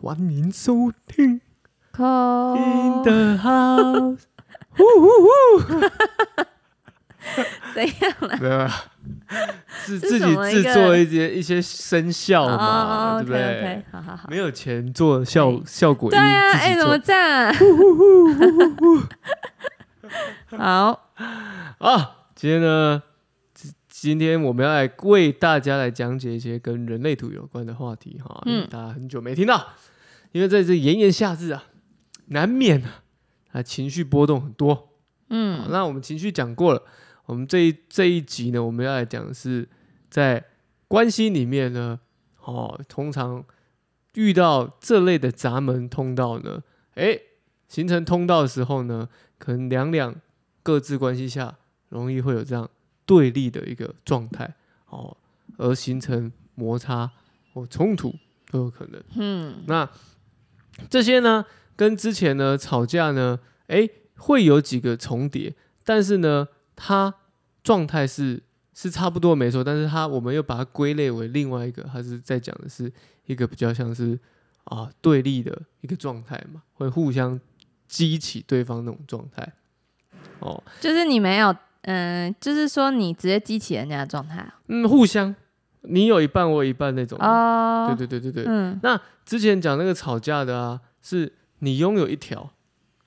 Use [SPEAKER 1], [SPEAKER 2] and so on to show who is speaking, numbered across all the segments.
[SPEAKER 1] 欢迎收听
[SPEAKER 2] 可
[SPEAKER 1] In the House，
[SPEAKER 2] 怎样啦？
[SPEAKER 1] 对 吧？自
[SPEAKER 2] 这
[SPEAKER 1] 自
[SPEAKER 2] 怎
[SPEAKER 1] 己
[SPEAKER 2] 么
[SPEAKER 1] 制
[SPEAKER 2] 一个
[SPEAKER 1] 作一些一些声效嘛，
[SPEAKER 2] 哦
[SPEAKER 1] 对不
[SPEAKER 2] OK
[SPEAKER 1] 对
[SPEAKER 2] OK，好好好。
[SPEAKER 1] 没有钱做效
[SPEAKER 2] 对
[SPEAKER 1] 效果音，
[SPEAKER 2] 对啊，
[SPEAKER 1] 自己
[SPEAKER 2] 哎、怎么
[SPEAKER 1] 做
[SPEAKER 2] 这样啊？ 好，
[SPEAKER 1] 啊？今天呢，今今天我们要来为大家来讲解一些跟人类图有关的话题哈，因为
[SPEAKER 2] 嗯
[SPEAKER 1] 大家很久没听到，因为在这炎炎夏日啊，难免啊，啊情绪波动很多。好，
[SPEAKER 2] 嗯，
[SPEAKER 1] 那我们情绪讲过了，我们这一这一集呢，我们要来讲的是在关系里面呢，哦，通常遇到这类的闸门通道呢，诶，形成通道的时候呢，可能两两各自关系下，容易会有这样对立的一个状态哦，而形成摩擦或冲突都有可能。
[SPEAKER 2] 嗯，
[SPEAKER 1] 那这些呢，跟之前呢吵架呢，诶，会有几个重叠，但是呢，它状态是是差不多没错，但是它我们又把它归类为另外一个，它是在讲的是一个比较像是啊对立的一个状态嘛，会互相激起对方那种状态。哦，
[SPEAKER 2] 就是你没有，嗯、就是说你直接激起人家的状态啊
[SPEAKER 1] 嗯，互相，你有一半，我有一半那种。
[SPEAKER 2] 哦，
[SPEAKER 1] 对对对对对，
[SPEAKER 2] 嗯
[SPEAKER 1] 之前讲那个吵架的啊，是你拥有一条，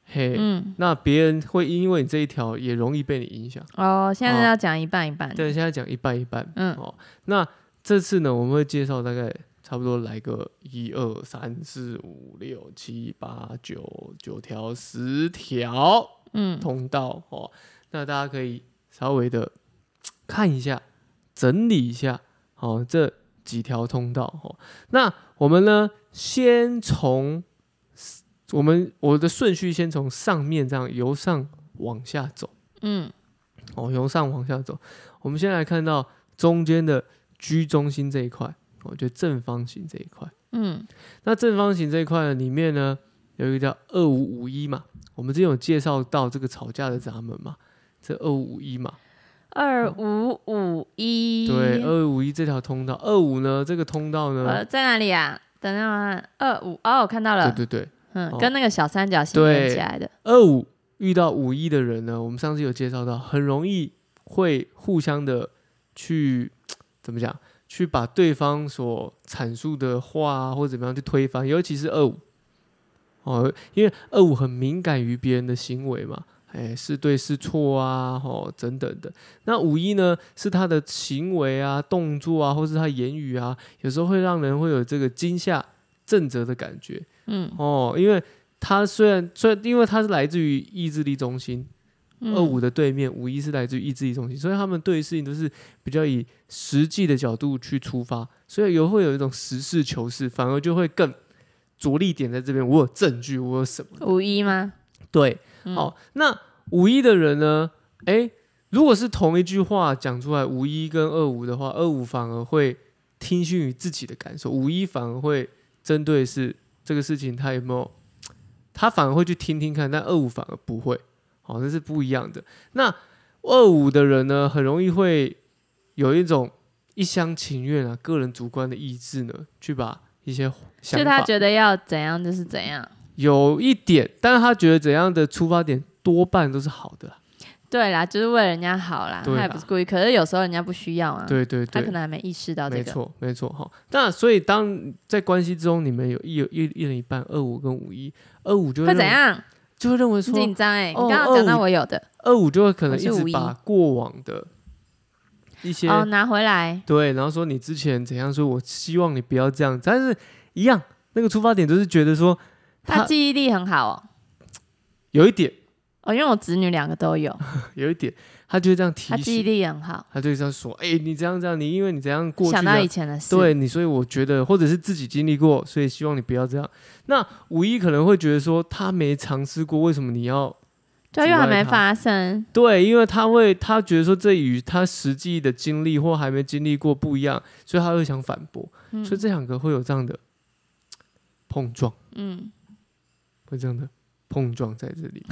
[SPEAKER 1] 嘿，
[SPEAKER 2] 嗯，
[SPEAKER 1] 那别人会因为你这一条也容易被你影响。
[SPEAKER 2] 哦，现在
[SPEAKER 1] 哦
[SPEAKER 2] 是要讲一半一半，
[SPEAKER 1] 对，现在讲一半一半。
[SPEAKER 2] 嗯
[SPEAKER 1] 哦，那这次呢，我们会介绍大概差不多来个一二三四五六七八九九条十条
[SPEAKER 2] 嗯
[SPEAKER 1] 通道哦。那大家可以稍微的看一下，整理一下哦这几条通道哦。那我们呢，先从我们我的顺序先从上面这样由上往下走。
[SPEAKER 2] 嗯
[SPEAKER 1] 哦，由上往下走，我们先来看到中间的居中心这一块，我觉得正方形这一块。
[SPEAKER 2] 嗯
[SPEAKER 1] 那正方形这一块呢，里面呢有一个叫二五五一嘛，我们之前有介绍到这个吵架的闸门嘛，这二五五一嘛，
[SPEAKER 2] 二五五一，
[SPEAKER 1] 对，二五一这条通道，二五呢这个通道呢，
[SPEAKER 2] 呃，在哪里啊？等一下啊，二五哦，我看到了，
[SPEAKER 1] 对对对，
[SPEAKER 2] 嗯
[SPEAKER 1] 哦，
[SPEAKER 2] 跟那个小三角形
[SPEAKER 1] 对
[SPEAKER 2] 连起来的，
[SPEAKER 1] 二五遇到五一的人呢，我们上次有介绍到，很容易会互相的去怎么讲，去把对方所阐述的话啊，或者怎么样去推翻，尤其是二五哦，因为二五很敏感于别人的行为嘛。哎，是对是错啊，哦，等等的。那五一呢，是他的行为啊、动作啊，或是他言语啊，有时候会让人会有这个惊吓、震折的感觉。
[SPEAKER 2] 嗯
[SPEAKER 1] 哦，因为它虽然虽然因为它是来自于意志力中心，
[SPEAKER 2] 嗯
[SPEAKER 1] 二五的对面五一是来自于意志力中心，所以他们对于事情都是比较以实际的角度去出发，所以有会有一种实事求是，反而就会更着力点在这边。我有证据，我有什么？
[SPEAKER 2] 五一吗？
[SPEAKER 1] 对，
[SPEAKER 2] 嗯
[SPEAKER 1] 哦，那五一的人呢？诶，如果是同一句话讲出来，五一跟二五的话，二五反而会听信于自己的感受，五一反而会针对是这个事情他有没有，他反而会去听听看，但二五反而不会，哦，那是不一样的。那二五的人呢，很容易会有一种一厢情愿啊，个人主观的意志呢，去把一些想
[SPEAKER 2] 就
[SPEAKER 1] 法
[SPEAKER 2] 他觉得要怎样就是怎样。
[SPEAKER 1] 有一点，但是他觉得怎样的出发点多半都是好的啦。
[SPEAKER 2] 对啦，就是为了人家好啦，
[SPEAKER 1] 对
[SPEAKER 2] 他也
[SPEAKER 1] 啦
[SPEAKER 2] 不是故意。可是有时候人家不需要啊，
[SPEAKER 1] 对对
[SPEAKER 2] 他可
[SPEAKER 1] 对，
[SPEAKER 2] 能还没意识到这
[SPEAKER 1] 没
[SPEAKER 2] 个。
[SPEAKER 1] 错没错哈。那所以当在关系之中，你们有一有一一人一半，二五跟五一，二五就会
[SPEAKER 2] 会
[SPEAKER 1] 认
[SPEAKER 2] 怎
[SPEAKER 1] 为
[SPEAKER 2] 样？
[SPEAKER 1] 就会认为
[SPEAKER 2] 你
[SPEAKER 1] 说，
[SPEAKER 2] 紧张哎！你
[SPEAKER 1] 哦
[SPEAKER 2] 刚刚
[SPEAKER 1] 二
[SPEAKER 2] 讲到
[SPEAKER 1] 五
[SPEAKER 2] 我有的
[SPEAKER 1] 二五就会可能一
[SPEAKER 2] 我是
[SPEAKER 1] 直
[SPEAKER 2] 五一
[SPEAKER 1] 把过往的一些、
[SPEAKER 2] 哦，拿回来。
[SPEAKER 1] 对，然后说你之前怎样说，我希望你不要这样，但是一样那个出发点都是觉得说
[SPEAKER 2] 他
[SPEAKER 1] 他
[SPEAKER 2] 记忆力很好哦，
[SPEAKER 1] 有一点
[SPEAKER 2] 哦，因为我侄女两个都有，
[SPEAKER 1] 有一点，他就会这样提
[SPEAKER 2] 他记忆
[SPEAKER 1] 醒，啊
[SPEAKER 2] 力很好，
[SPEAKER 1] 他就会这样说，哎、你这样这样，你因为你怎样过去
[SPEAKER 2] 想
[SPEAKER 1] 这
[SPEAKER 2] 到
[SPEAKER 1] 样
[SPEAKER 2] 以前的事。
[SPEAKER 1] 对你，所以我觉得，或者是自己经历过，所以希望你不要这样。那五一可能会觉得说他没尝试过，为什么你要？
[SPEAKER 2] 对，因为
[SPEAKER 1] 阻碍
[SPEAKER 2] 还没
[SPEAKER 1] 他
[SPEAKER 2] 发生。
[SPEAKER 1] 对，因为他会，他觉得说这与他实际的经历或还没经历过不一样，所以他会想反驳，
[SPEAKER 2] 嗯
[SPEAKER 1] 所以这两个会有这样的碰撞，
[SPEAKER 2] 嗯，
[SPEAKER 1] 会这样的碰撞在这里。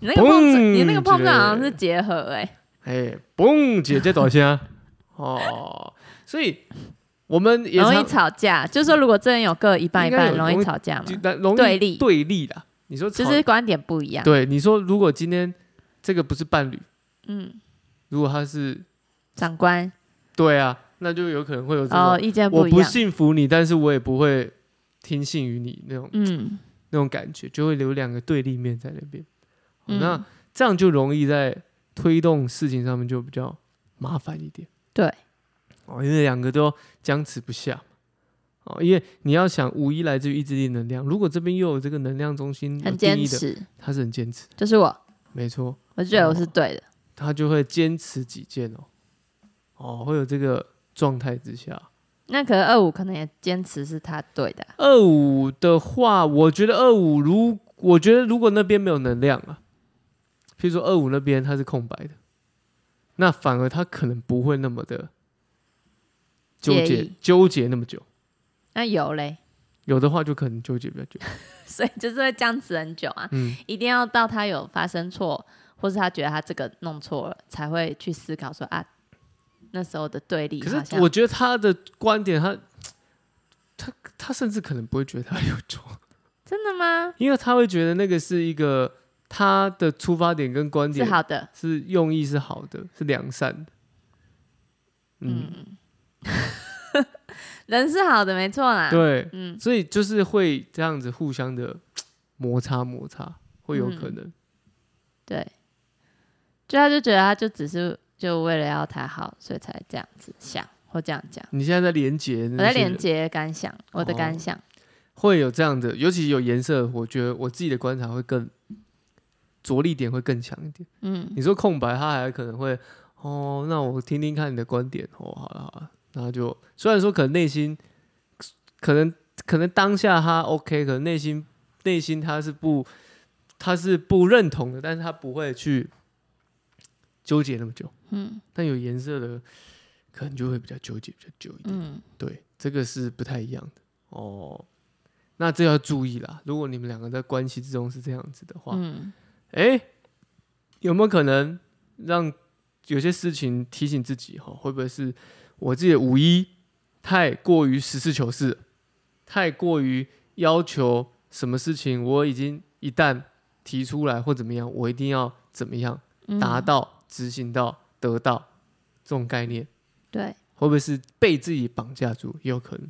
[SPEAKER 2] 你那个碰撞，
[SPEAKER 1] 嘣
[SPEAKER 2] 你那个碰
[SPEAKER 1] 之类
[SPEAKER 2] 撞好像
[SPEAKER 1] 的
[SPEAKER 2] 是结合哎，
[SPEAKER 1] 哎，嘣，姐姐倒下哦，所以我们也
[SPEAKER 2] 容易
[SPEAKER 1] 常
[SPEAKER 2] 吵架。就是说，如果这人有各一半一
[SPEAKER 1] 应该有
[SPEAKER 2] 半，容
[SPEAKER 1] 容
[SPEAKER 2] 易
[SPEAKER 1] 易
[SPEAKER 2] 吵架嘛
[SPEAKER 1] 就，但容易
[SPEAKER 2] 对立
[SPEAKER 1] 对立啦。你说吵
[SPEAKER 2] 就是观点不一样。
[SPEAKER 1] 对，你说如果今天这个不是伴侣，
[SPEAKER 2] 嗯，
[SPEAKER 1] 如果他是
[SPEAKER 2] 长官
[SPEAKER 1] 对啊，那就有可能会有这种、
[SPEAKER 2] 哦，意见
[SPEAKER 1] 我
[SPEAKER 2] 一
[SPEAKER 1] 不
[SPEAKER 2] 样。
[SPEAKER 1] 信服你，但是我也不会听信于你那种
[SPEAKER 2] 嗯，
[SPEAKER 1] 那种感觉，就会留两个对立面在那边。好哦
[SPEAKER 2] 嗯
[SPEAKER 1] 那这样就容易在推动事情上面就比较麻烦一点。
[SPEAKER 2] 对，
[SPEAKER 1] 哦，因为两个都僵持不下嘛。哦，因为你要想，五一来自于意志力能量，如果这边又有这个能量中心有
[SPEAKER 2] 很
[SPEAKER 1] 定
[SPEAKER 2] 坚
[SPEAKER 1] 义的，哦
[SPEAKER 2] 持，
[SPEAKER 1] 他是很坚持，
[SPEAKER 2] 就是我，
[SPEAKER 1] 没错，
[SPEAKER 2] 我就觉得我是对的。
[SPEAKER 1] 他就会坚持己见哦。哦，会有这个状态之下。
[SPEAKER 2] 那可能二五可能也坚持是他对的啊，
[SPEAKER 1] 二五的话，我觉得二五如我觉得如果那边没有能量啊，譬如说二五那边它是空白的，那反而他可能不会那么的纠
[SPEAKER 2] 介
[SPEAKER 1] 结
[SPEAKER 2] 意
[SPEAKER 1] 纠结那么久，
[SPEAKER 2] 那有嘞，
[SPEAKER 1] 有的话就可能纠结比较久。
[SPEAKER 2] 所以就是会僵持很久啊。
[SPEAKER 1] 嗯，
[SPEAKER 2] 一定要到他有发生错，或是他觉得他这个弄错了，才会去思考说啊，那时候的对立好
[SPEAKER 1] 可是
[SPEAKER 2] 像
[SPEAKER 1] 我觉得他的观点，他他他甚至可能不会觉得他有错，
[SPEAKER 2] 真的吗？
[SPEAKER 1] 因为他会觉得那个是一个他的出发点跟观
[SPEAKER 2] 是
[SPEAKER 1] 点
[SPEAKER 2] 好的，
[SPEAKER 1] 是用意是好的，是良善的。嗯
[SPEAKER 2] 嗯， 人是好的，没错啦。，
[SPEAKER 1] 对，
[SPEAKER 2] 嗯
[SPEAKER 1] 所以就是会这样子互相的摩擦摩擦，会有可
[SPEAKER 2] 嗯
[SPEAKER 1] 能。
[SPEAKER 2] 对，就他就觉得他就只是就为了要他好，所以才这样子想或这样讲。
[SPEAKER 1] 你现在在连接，
[SPEAKER 2] 我在连，接感想，我的
[SPEAKER 1] 哦
[SPEAKER 2] 感想，
[SPEAKER 1] 会有这样的，尤其有颜色，我觉得我自己的观察会更着力点会更强一点。
[SPEAKER 2] 嗯，
[SPEAKER 1] 你说空白，他还可能会哦，那我听听看你的观点哦，好了好了，那就虽然说可能内心可能可能当下他 OK，可能内心内心他是不他是不认同的，但是他不会去纠结那么久，嗯，但有颜色的可能就会比较纠结比较久一点，
[SPEAKER 2] 嗯，
[SPEAKER 1] 对，这个是不太一样的哦。那这要注意啦，如果你们两个在关系之中是这样子的话，
[SPEAKER 2] 嗯，
[SPEAKER 1] 哎、有没有可能让有些事情提醒自己哈？会不会是我自己的五一太过于实事求是了，太过于要求什么事情？我已经一旦提出来或怎么样，我一定要怎么样
[SPEAKER 2] 嗯
[SPEAKER 1] 达到、执行到、得到这种概念，
[SPEAKER 2] 对，
[SPEAKER 1] 会不会是被自己绑架住？也有可能。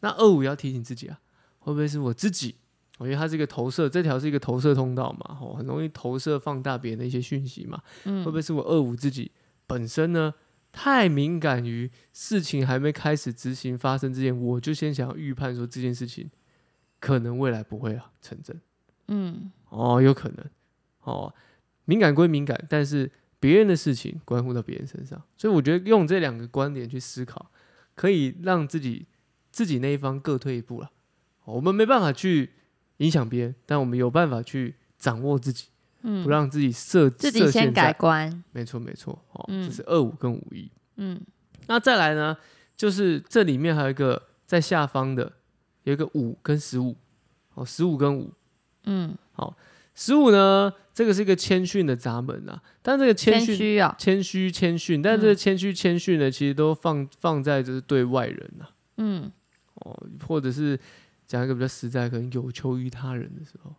[SPEAKER 1] 那二五要提醒自己啊，会不会是我自己？我觉得它是一个投射，这条是一个投射通道嘛，哦，很容易投射放大别人的一些讯息嘛。
[SPEAKER 2] 嗯
[SPEAKER 1] 会不会是我二五自己本身呢太敏感于事情还没开始执行发生之前，我就先想要预判说这件事情可能未来不会啊成真
[SPEAKER 2] 嗯，
[SPEAKER 1] 哦，有可能哦。敏感归敏感，但是别人的事情关乎到别人身上，所以我觉得用这两个观点去思考，可以让自己自己那一方各退一步了。哦我们没办法去影响别人，但我们有办法去掌握自己，
[SPEAKER 2] 嗯
[SPEAKER 1] 不让自己设
[SPEAKER 2] 自
[SPEAKER 1] 设
[SPEAKER 2] 己
[SPEAKER 1] 限
[SPEAKER 2] 先
[SPEAKER 1] 在
[SPEAKER 2] 改观，
[SPEAKER 1] 没错，没错，哦，
[SPEAKER 2] 嗯
[SPEAKER 1] 这是二五跟五一。
[SPEAKER 2] 嗯
[SPEAKER 1] 那再来呢，就是这里面还有一个在下方的，有一个五跟十五，哦，十五跟五，
[SPEAKER 2] 嗯，
[SPEAKER 1] 十五呢，这个是一个谦逊的闸门啊，但这个谦
[SPEAKER 2] 谦
[SPEAKER 1] 逊。
[SPEAKER 2] 虚嗯哦，
[SPEAKER 1] 谦虚，谦逊，但这个谦虚，谦逊呢，其实都放放在就是对外人呐、
[SPEAKER 2] 嗯。
[SPEAKER 1] 哦，或者是讲一个比较实在，可能有求于他人的时候，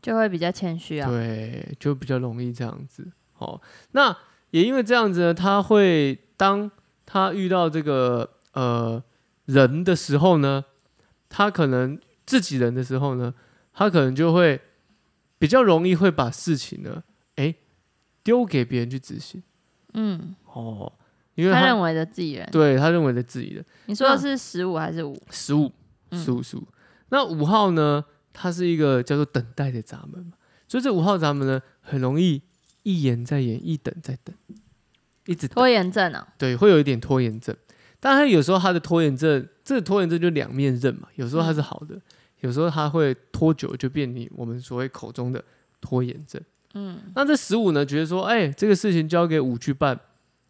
[SPEAKER 2] 就会比较谦虚啊。
[SPEAKER 1] 对，就比较容易这样子。哦，那也因为这样子呢，他会当他遇到这个呃人的时候呢，他可能自己人的时候呢，他可能就会比较容易会把事情呢，哎，丢给别人去执行。
[SPEAKER 2] 嗯，
[SPEAKER 1] 哦，因为
[SPEAKER 2] 他
[SPEAKER 1] 他嗯
[SPEAKER 2] 认为的自己人。
[SPEAKER 1] 对他认为的自己的
[SPEAKER 2] 你说的是十五还是五？
[SPEAKER 1] 十五
[SPEAKER 2] 嗯
[SPEAKER 1] 十五十五。那五号呢，它是一个叫做等待的闸门嘛，所以这五号闸门呢，很容易一延再延，一等再等，一直等
[SPEAKER 2] 拖延症啊。
[SPEAKER 1] 对，会有一点拖延症。当然，有时候他的拖延症，这个拖延症就两面刃嘛，有时候它是好的，有时候它会拖久就变你我们所谓口中的拖延症。
[SPEAKER 2] 嗯
[SPEAKER 1] 那这十五呢，觉得说，哎、这个事情交给五去办，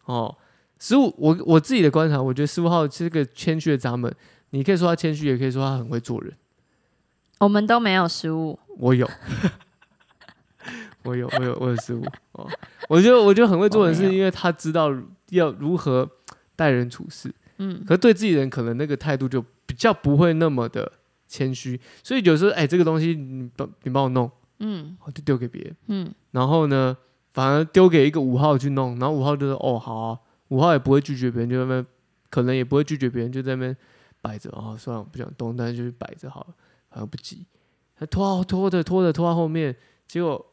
[SPEAKER 1] 哦，十五，我我自己的观察，我觉得十五号这个谦虚的闸门，你可以说他谦虚，也可以说他很会做人。
[SPEAKER 2] 我们都没有十五。
[SPEAKER 1] 我有， 我有，我有，我有十五哦。我觉得，我觉得很会做人，
[SPEAKER 2] 我
[SPEAKER 1] 是
[SPEAKER 2] 没有
[SPEAKER 1] 因为他知道要如何待人处事，
[SPEAKER 2] 嗯，
[SPEAKER 1] 可是对自己人可能那个态度就比较不会那么的谦虚，所以有时候哎，这个东西你帮你帮我弄，
[SPEAKER 2] 嗯
[SPEAKER 1] 我就丢给别人，
[SPEAKER 2] 嗯
[SPEAKER 1] 然后呢，反而丢给一个五号去弄，然后五号就说哦好啊，五号也不会拒绝别人，就在那边可能也不会拒绝别人，就在那边摆着哦，算了，我不想动，但是就是摆着好了，反正不急，他拖啊拖着拖着拖到后面，结果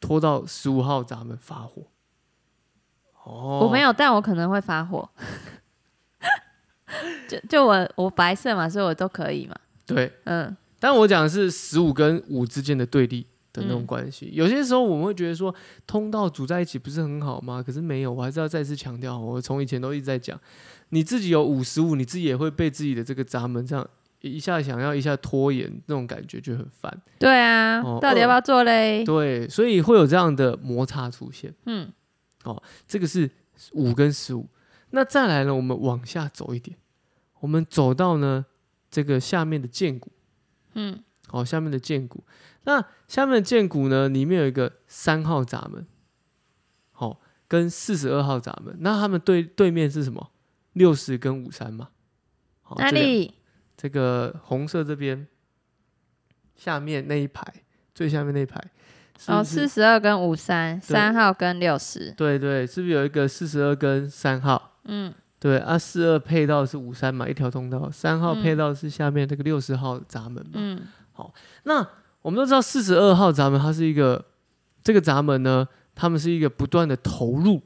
[SPEAKER 1] 拖到十五号闸门发火，哦，
[SPEAKER 2] 我没有，但我可能会发火。 就就我我白色嘛，所以我都可以嘛。
[SPEAKER 1] 对，
[SPEAKER 2] 嗯
[SPEAKER 1] 但我讲的是十五跟五之间的对立的那种关系。有些时候我们会觉得说，通道组在一起不是很好吗？可是没有，我还是要再次强调，我从以前都一直在讲，你自己有五十五，你自己也会被自己的这个闸门这样一下想要一下拖延，那种感觉就很烦。
[SPEAKER 2] 对啊，
[SPEAKER 1] 哦
[SPEAKER 2] 到底要不要做嘞？
[SPEAKER 1] 对，所以会有这样的摩擦出现。哦
[SPEAKER 2] 嗯
[SPEAKER 1] 这个是五跟十五。那再来呢，我们往下走一点，我们走到呢这个下面的剑骨。
[SPEAKER 2] 嗯
[SPEAKER 1] 好，下面的剑骨，那下面的剑骨呢，里面有一个三号闸门，好、跟四十二号闸门，那他们对对面是什么？六十跟五三嘛，好
[SPEAKER 2] 哪？
[SPEAKER 1] 哦这两
[SPEAKER 2] 里？
[SPEAKER 1] 这个红色这边下面那一排，最下面那一排，是不
[SPEAKER 2] 哦，
[SPEAKER 1] 是
[SPEAKER 2] 四十二跟五三，
[SPEAKER 1] 对
[SPEAKER 2] 三号跟六十。
[SPEAKER 1] 对对，是不是有一个四十二跟三号？
[SPEAKER 2] 嗯
[SPEAKER 1] 对啊，四二配到是五三嘛，一条通道，三号配
[SPEAKER 2] 嗯
[SPEAKER 1] 到是下面这个六十号闸门嘛。
[SPEAKER 2] 嗯
[SPEAKER 1] 那我们都知道四十二号闸门，它是一个这个闸门呢，他们是一个不断的投入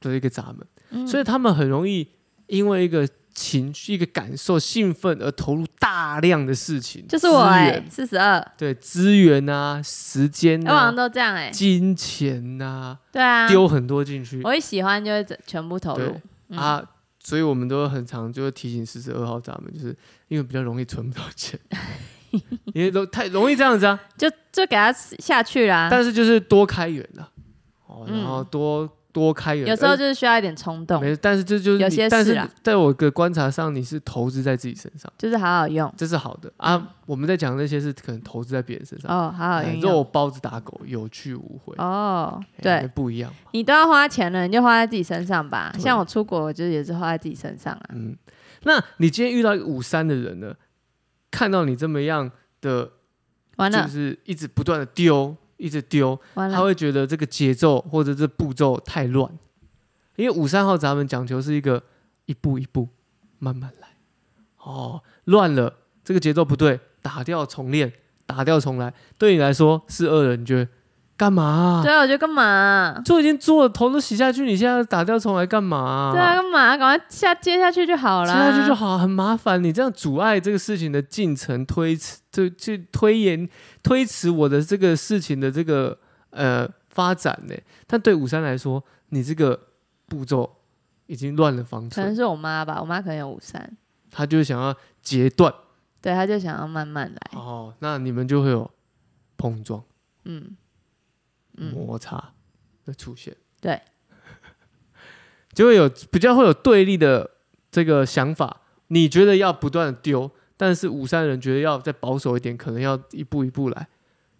[SPEAKER 1] 的一个闸门，
[SPEAKER 2] 嗯，
[SPEAKER 1] 所以他们很容易因为一个情绪、一个感受、兴奋而投入大量的事情，
[SPEAKER 2] 就是我
[SPEAKER 1] 资
[SPEAKER 2] 哎、
[SPEAKER 1] 源
[SPEAKER 2] 四十二，哎
[SPEAKER 1] 对资源啊、时间
[SPEAKER 2] 我好像
[SPEAKER 1] 啊、
[SPEAKER 2] 都这样哎、
[SPEAKER 1] 金钱呐、
[SPEAKER 2] 对啊，
[SPEAKER 1] 丢很多进去，
[SPEAKER 2] 我一喜欢就会整全部投入
[SPEAKER 1] 对。啊。所以我们都很常就会提醒四十二号闸门，就是因为比较容易存不到钱， 因为都太容易这样子啊。
[SPEAKER 2] 就就给他下去啦。
[SPEAKER 1] 但是就是多开源了，哦，
[SPEAKER 2] 啊嗯
[SPEAKER 1] 然后多、多开源，
[SPEAKER 2] 有时候
[SPEAKER 1] 而
[SPEAKER 2] 就是需要一点冲动，
[SPEAKER 1] 呃没，但是这就是
[SPEAKER 2] 有
[SPEAKER 1] 你
[SPEAKER 2] 些
[SPEAKER 1] 但
[SPEAKER 2] 事啊
[SPEAKER 1] 是
[SPEAKER 2] 啦
[SPEAKER 1] 在我的观察上，你是投资在自己身上，
[SPEAKER 2] 就是好好用
[SPEAKER 1] 这是好的啊。我们在讲那些是可能投资在别人身上，
[SPEAKER 2] 嗯哦，好好
[SPEAKER 1] 哎
[SPEAKER 2] 运
[SPEAKER 1] 肉
[SPEAKER 2] 用
[SPEAKER 1] 包子打狗，有去无回，
[SPEAKER 2] 哦。
[SPEAKER 1] 哎那
[SPEAKER 2] 对
[SPEAKER 1] 不一样嘛。
[SPEAKER 2] 你都要花钱了，你就花在自己身上吧。
[SPEAKER 1] 对
[SPEAKER 2] 像我出国，我就是也是花在自己身上啊。
[SPEAKER 1] 嗯，那你今天遇到一个五三的人呢，看到你这么样的，
[SPEAKER 2] 完
[SPEAKER 1] 就
[SPEAKER 2] 了
[SPEAKER 1] 是一直不断的丢，一直丢，
[SPEAKER 2] 完
[SPEAKER 1] 他
[SPEAKER 2] 了，
[SPEAKER 1] 会觉得这个节奏或者这步骤太乱，因为五三号闸门讲求是一个一步一步慢慢来，哦，乱了，这个节奏不对，打掉重练，打掉重来，对你来说是二人觉得干嘛啊、
[SPEAKER 2] 对啊，我就干嘛啊？
[SPEAKER 1] 就已经做了，头都洗下去，你现在打掉重来干嘛啊、
[SPEAKER 2] 对啊，干嘛啊？赶快下接下去就好
[SPEAKER 1] 接
[SPEAKER 2] 了。
[SPEAKER 1] 下去就好，很麻烦。你这样阻碍这个事情的进程，推迟，就就推延、推迟我的这个事情的这个呃发展呢。但对五三来说，你这个步骤已经乱了方
[SPEAKER 2] 可能
[SPEAKER 1] 寸，
[SPEAKER 2] 是我妈吧，我妈可能有五三，
[SPEAKER 1] 他就想要截断
[SPEAKER 2] 对，她就想要慢慢来。
[SPEAKER 1] 哦，那你们就会有碰撞、
[SPEAKER 2] 嗯嗯，
[SPEAKER 1] 摩擦的出现，
[SPEAKER 2] 对，
[SPEAKER 1] 就会有比较会有对立的这个想法。你觉得要不断的丢，但是五三人觉得要再保守一点，可能要一步一步来。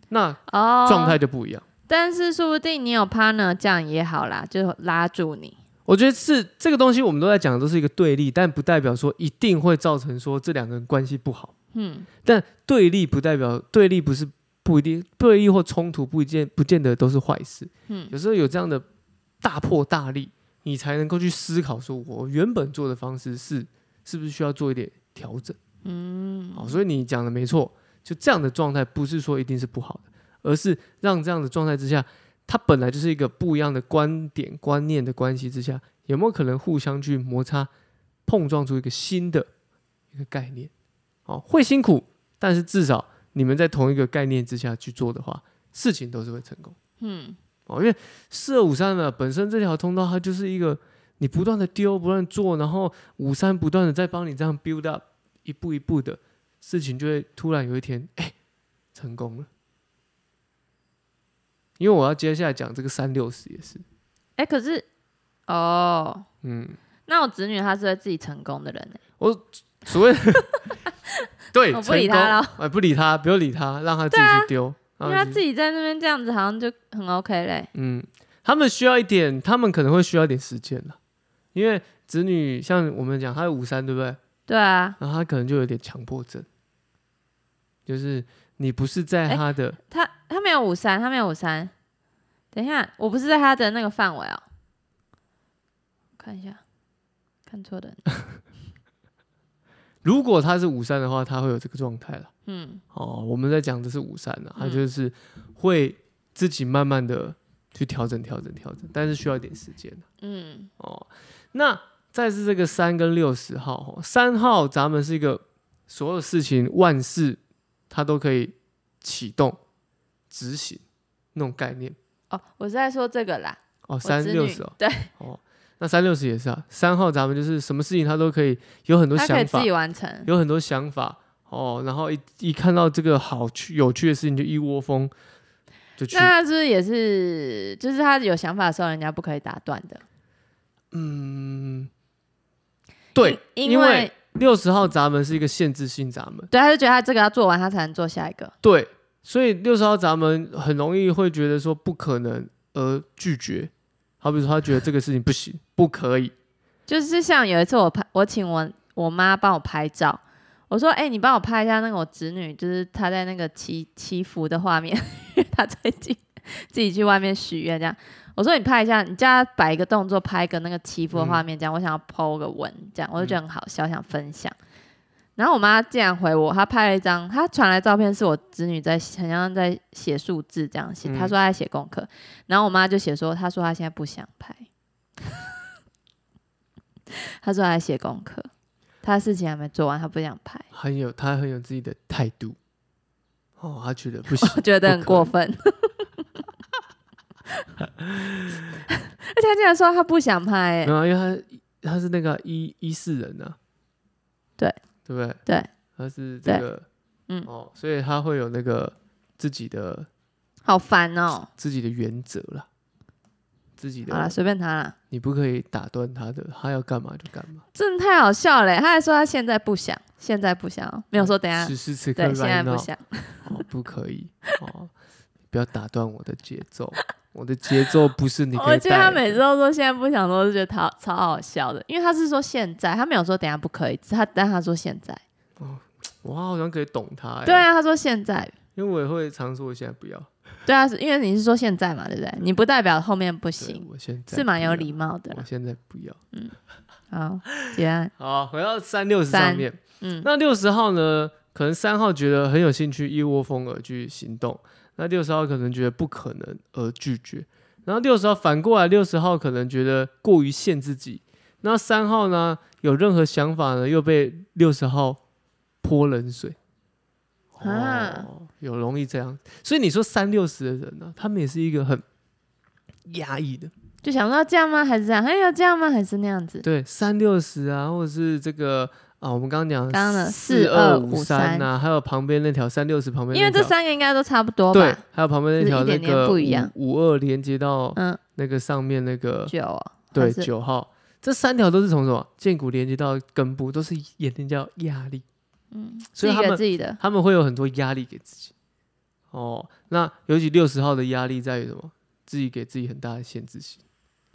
[SPEAKER 1] 那
[SPEAKER 2] 哦，
[SPEAKER 1] 状态就不一样。
[SPEAKER 2] 但是说不定你有 partner，这样也好啦，就拉住你。
[SPEAKER 1] 我觉得是这个东西，我们都在讲的都是一个对立，但不代表说一定会造成说这两个人关系不好。
[SPEAKER 2] 嗯，
[SPEAKER 1] 但对立不代表对立不是不一定对立或冲突不一见不见得都是坏事。
[SPEAKER 2] 嗯
[SPEAKER 1] 有时候有这样的大破大立，你才能够去思考说，我原本做的方式是是不是需要做一点调整。
[SPEAKER 2] 嗯，
[SPEAKER 1] 好，所以你讲的没错，就这样的状态不是说一定是不好的，而是让这样的状态之下，它本来就是一个不一样的观点、观念的关系之下，有没有可能互相去摩擦、碰撞出一个新的一个概念？哦，会辛苦，但是至少你们在同一个概念之下去做的话，事情都是会成功。
[SPEAKER 2] 嗯，
[SPEAKER 1] 哦，因为四二五三呢，本身这条通道它就是一个你不断的丢、不断地做，然后五三不断的在帮你这样 build up，一步一步的事情就会突然有一天，哎、成功了。因为我要接下来讲这个三六十也是，
[SPEAKER 2] 哎、可是哦，
[SPEAKER 1] 嗯，
[SPEAKER 2] 那我侄女她是会自己成功的人欸呢、
[SPEAKER 1] 所谓的 对，
[SPEAKER 2] 哦我不理他啊
[SPEAKER 1] 成功，哎，不理他，不要理他，让他自己去丢，
[SPEAKER 2] 因为她
[SPEAKER 1] 让
[SPEAKER 2] 自己在那边这样子，好像就很 OK 嘞、
[SPEAKER 1] 嗯，他们需要一点，他们可能会需要一点时间了，因为子女像我们讲，他有五三，对不对？
[SPEAKER 2] 对啊，
[SPEAKER 1] 然后他可能就有点强迫症，就是你不是在
[SPEAKER 2] 哎
[SPEAKER 1] 他的，
[SPEAKER 2] 他他没有五三，他没有五三。等一下，我不是在他的那个范围哦。我看一下，看错的。
[SPEAKER 1] 如果他是五三的话，他会有这个状态了。
[SPEAKER 2] 嗯，
[SPEAKER 1] 哦，我们在讲的是五三啊，他
[SPEAKER 2] 嗯
[SPEAKER 1] 就是会自己慢慢的去调整、调整、调整，但是需要一点时间。
[SPEAKER 2] 嗯，
[SPEAKER 1] 哦，那再是这个三跟六十号哦，三号咱们是一个所有事情万事它都可以启动执行那种概念
[SPEAKER 2] 哦，我是在说这个啦。
[SPEAKER 1] 哦，
[SPEAKER 2] 我
[SPEAKER 1] 三
[SPEAKER 2] 子
[SPEAKER 1] 六
[SPEAKER 2] 女
[SPEAKER 1] 十哦，
[SPEAKER 2] 对，
[SPEAKER 1] 哦，那三六十也是啊，三号咱们就是什么事情他都可以有很多
[SPEAKER 2] 他可以
[SPEAKER 1] 想
[SPEAKER 2] 自
[SPEAKER 1] 法
[SPEAKER 2] 己，完成。
[SPEAKER 1] 有很多想法哦，然后一一看到这个好趣有趣的事情就一窝蜂就去，
[SPEAKER 2] 那他是不是也是，就是他有想法的时候，人家不可以打断的？
[SPEAKER 1] 嗯，对，
[SPEAKER 2] 因
[SPEAKER 1] 因
[SPEAKER 2] 为
[SPEAKER 1] 为六十号闸门是一个限制性闸门。
[SPEAKER 2] 对，他就觉得他这个要做完，他才能做下一个。
[SPEAKER 1] 对，所以六十号闸门很容易会觉得说不可能而拒绝。好比说，他觉得这个事情不行，不可以。
[SPEAKER 2] 就是像有一次我拍，我请我我妈帮我拍照，我说：“哎、你帮我拍一下那个我侄女，就是她在那个祈祈福的画面，因为她最近自己去外面许愿这样。”我说：“你拍一下，你叫她摆一个动作，拍一个那个祈
[SPEAKER 1] 嗯
[SPEAKER 2] 福的画面，这样、我想要 PO 个文，这样我就觉得很好笑，想分享。”然后我妈竟然回我，她拍了一张，她传来照片是我侄女在很像在写数字这样写，她
[SPEAKER 1] 嗯
[SPEAKER 2] 说她在写功课，然后我妈就写说，她说她现在不想拍， 她说她在写功课，她的事情还没做完，她不想拍，，
[SPEAKER 1] 很有他很有自己的态度。哦，他觉得不行
[SPEAKER 2] 我觉得很
[SPEAKER 1] 不可
[SPEAKER 2] 过分。而且她竟然说她不想拍、
[SPEAKER 1] 没有啊，因为他他是那个一一四人呐、啊，
[SPEAKER 2] 对
[SPEAKER 1] 对不对？
[SPEAKER 2] 对，
[SPEAKER 1] 他是这
[SPEAKER 2] 对
[SPEAKER 1] 个，
[SPEAKER 2] 嗯
[SPEAKER 1] 哦，所以他会有那个自己的
[SPEAKER 2] 好烦哦、
[SPEAKER 1] 自己的原则啦，自己
[SPEAKER 2] 好了，
[SPEAKER 1] 的，
[SPEAKER 2] 随便她啦，
[SPEAKER 1] 你不可以打断他的，他要干嘛就干嘛。
[SPEAKER 2] 真的太好笑了、她还说她现在不想，现在不想哦、没有说等一下，
[SPEAKER 1] 此时此刻
[SPEAKER 2] 对，现在
[SPEAKER 1] right
[SPEAKER 2] 不
[SPEAKER 1] now，
[SPEAKER 2] 想。
[SPEAKER 1] 哦，不可以哦，不要打断我的节奏， 我的节奏不是你可
[SPEAKER 2] 我
[SPEAKER 1] 以
[SPEAKER 2] 觉得他
[SPEAKER 1] 带
[SPEAKER 2] 每次
[SPEAKER 1] 的。
[SPEAKER 2] 都说现在不想说，我就觉得超超好笑的，因为他是说现在，他没有说等一下不可以，只是他但他说现在，
[SPEAKER 1] 哎我好像可以懂他、欸，
[SPEAKER 2] 对，啊，他说现在，
[SPEAKER 1] 因为我也会常说我现在不要，
[SPEAKER 2] 对啊，是因为你是说现在嘛，对不对？你不代表后面不
[SPEAKER 1] 对
[SPEAKER 2] 行，
[SPEAKER 1] 我现在
[SPEAKER 2] 是蛮
[SPEAKER 1] 不
[SPEAKER 2] 有
[SPEAKER 1] 要
[SPEAKER 2] 礼貌的啦
[SPEAKER 1] 我。现在不要。
[SPEAKER 2] 好，结 案，
[SPEAKER 1] 好，回到三六十
[SPEAKER 2] 三
[SPEAKER 1] 上面，
[SPEAKER 2] 嗯
[SPEAKER 1] 那六十号呢？可能三号觉得很有兴趣，一窝蜂而去行动；那六十号可能觉得不可能而拒绝。然后六十号反过来，六十号可能觉得过于限自己。那三号呢，有任何想法呢，又被六十号泼冷水。
[SPEAKER 2] 啊
[SPEAKER 1] 哦，有容易这样，所以你说三六十的人呢、他们也是一个很压抑的，
[SPEAKER 2] 就想说要这样吗？还是这样？还要这样吗？还是那样子？
[SPEAKER 1] 对，三六十啊，或者是这个啊，我们刚刚讲
[SPEAKER 2] 刚刚的
[SPEAKER 1] 四五
[SPEAKER 2] 4253
[SPEAKER 1] 呐，还有旁边那条三六十旁边那条，
[SPEAKER 2] 因为这三个应该都差不多
[SPEAKER 1] 对
[SPEAKER 2] 吧？，
[SPEAKER 1] 还有旁边那条
[SPEAKER 2] 就
[SPEAKER 1] 那
[SPEAKER 2] 是一点点
[SPEAKER 1] 个
[SPEAKER 2] 不一样
[SPEAKER 1] 五二连接到
[SPEAKER 2] 嗯，
[SPEAKER 1] 那个上面那个
[SPEAKER 2] 九哦，
[SPEAKER 1] 对
[SPEAKER 2] 还是
[SPEAKER 1] 九号，这三条都是从什么剑骨连接到根部，都是眼睛叫压力，
[SPEAKER 2] 嗯，
[SPEAKER 1] 所以
[SPEAKER 2] 自己
[SPEAKER 1] 他
[SPEAKER 2] 给
[SPEAKER 1] 们
[SPEAKER 2] 自己的，
[SPEAKER 1] 他们会有很多压力给自己。哦，那尤其六十号的压力在于什么？自己给自己很大的限制性，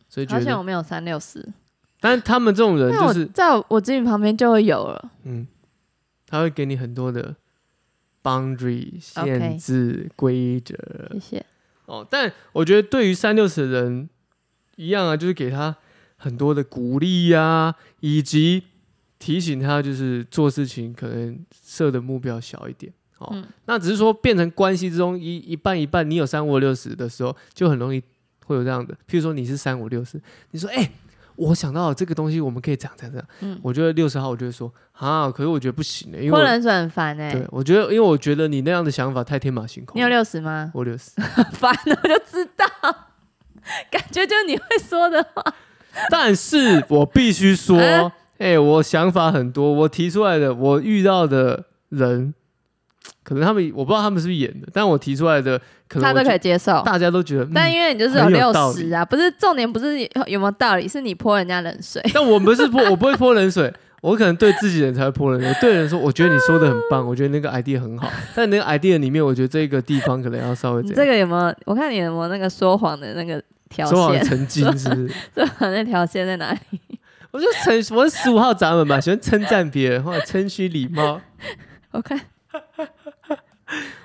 [SPEAKER 1] 所以觉
[SPEAKER 2] 好像
[SPEAKER 1] 得，
[SPEAKER 2] 我没有三六四，
[SPEAKER 1] 但他们这种人
[SPEAKER 2] 那
[SPEAKER 1] 就
[SPEAKER 2] 我
[SPEAKER 1] 是，
[SPEAKER 2] 在我自己旁边就会有了，
[SPEAKER 1] 嗯，他会给你很多的 boundary 限
[SPEAKER 2] OK
[SPEAKER 1] 制规则
[SPEAKER 2] 谢谢。
[SPEAKER 1] 哦。但我觉得对于三六十的人一样啊，就是给他很多的鼓励呀、以及提醒他就是做事情可能设的目标小一点。哦，
[SPEAKER 2] 嗯
[SPEAKER 1] 那只是说变成关系之中一一半一半，你有三五六十的时候，就很容易会有这样的。譬如说你是三五六十，你说哎、我想到了这个东西，我们可以这样这样这样。
[SPEAKER 2] 嗯
[SPEAKER 1] 我觉得六十号，我就会说啊，可是我觉得不行的、因为
[SPEAKER 2] 泼
[SPEAKER 1] 我
[SPEAKER 2] 冷水很烦哎，
[SPEAKER 1] 对我觉得，因为我觉得你那样的想法太天马行空。
[SPEAKER 2] 你有，六十吗？
[SPEAKER 1] 我六十。
[SPEAKER 2] 烦了，我就知道， 感觉就是你会说 的话。
[SPEAKER 1] 但是我必须说，哎
[SPEAKER 2] 啊、
[SPEAKER 1] 我想法很多，我提出来的，我遇到的人，可能他们我不知道他们是不是演的，但我提出来的，可能
[SPEAKER 2] 他
[SPEAKER 1] 我
[SPEAKER 2] 都
[SPEAKER 1] 觉
[SPEAKER 2] 可以接受。
[SPEAKER 1] 大家都觉得，嗯
[SPEAKER 2] 但因为你就是有
[SPEAKER 1] 很
[SPEAKER 2] 六
[SPEAKER 1] 有道理
[SPEAKER 2] 十啊，不是重点，不是有有没有道理，是你泼人家冷水。
[SPEAKER 1] 但我不是泼，我不会泼冷水，我可能对自己人才会泼冷水。我对人说，我觉得你说的很 棒，我觉得那个 idea 很好，但那个 idea 里面，我觉得这个地方可能要 稍微
[SPEAKER 2] 你
[SPEAKER 1] 怎
[SPEAKER 2] 这
[SPEAKER 1] 样。
[SPEAKER 2] 个有没有？我看你有没有那个说谎的那个条
[SPEAKER 1] 说谎
[SPEAKER 2] 线？
[SPEAKER 1] 成精是不是？
[SPEAKER 2] 说谎那条线在哪里？
[SPEAKER 1] 我就称我是十五号闸门吧，喜欢称赞别人或者谦虚礼貌。
[SPEAKER 2] 我看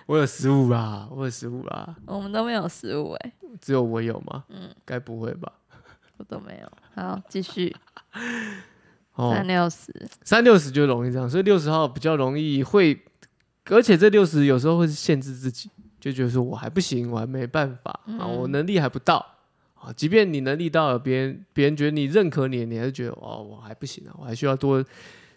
[SPEAKER 1] 我有十五啊，我有十五啊，
[SPEAKER 2] 我们都没有失误哎，
[SPEAKER 1] 只有我有吗？
[SPEAKER 2] 嗯，
[SPEAKER 1] 该不会吧？
[SPEAKER 2] 我都没有。好，继续
[SPEAKER 1] 哦，
[SPEAKER 2] 三六十，
[SPEAKER 1] 三六十就容易这样，所以六十号比较容易会，而且这六十有时候会限制自己，就觉得说我还不行，我还没办法、啊，
[SPEAKER 2] 嗯
[SPEAKER 1] 我能力还不到啊。即便你能力到了，别人别人觉得你认可你，你还是觉得哦，我还不行啊，我还需要多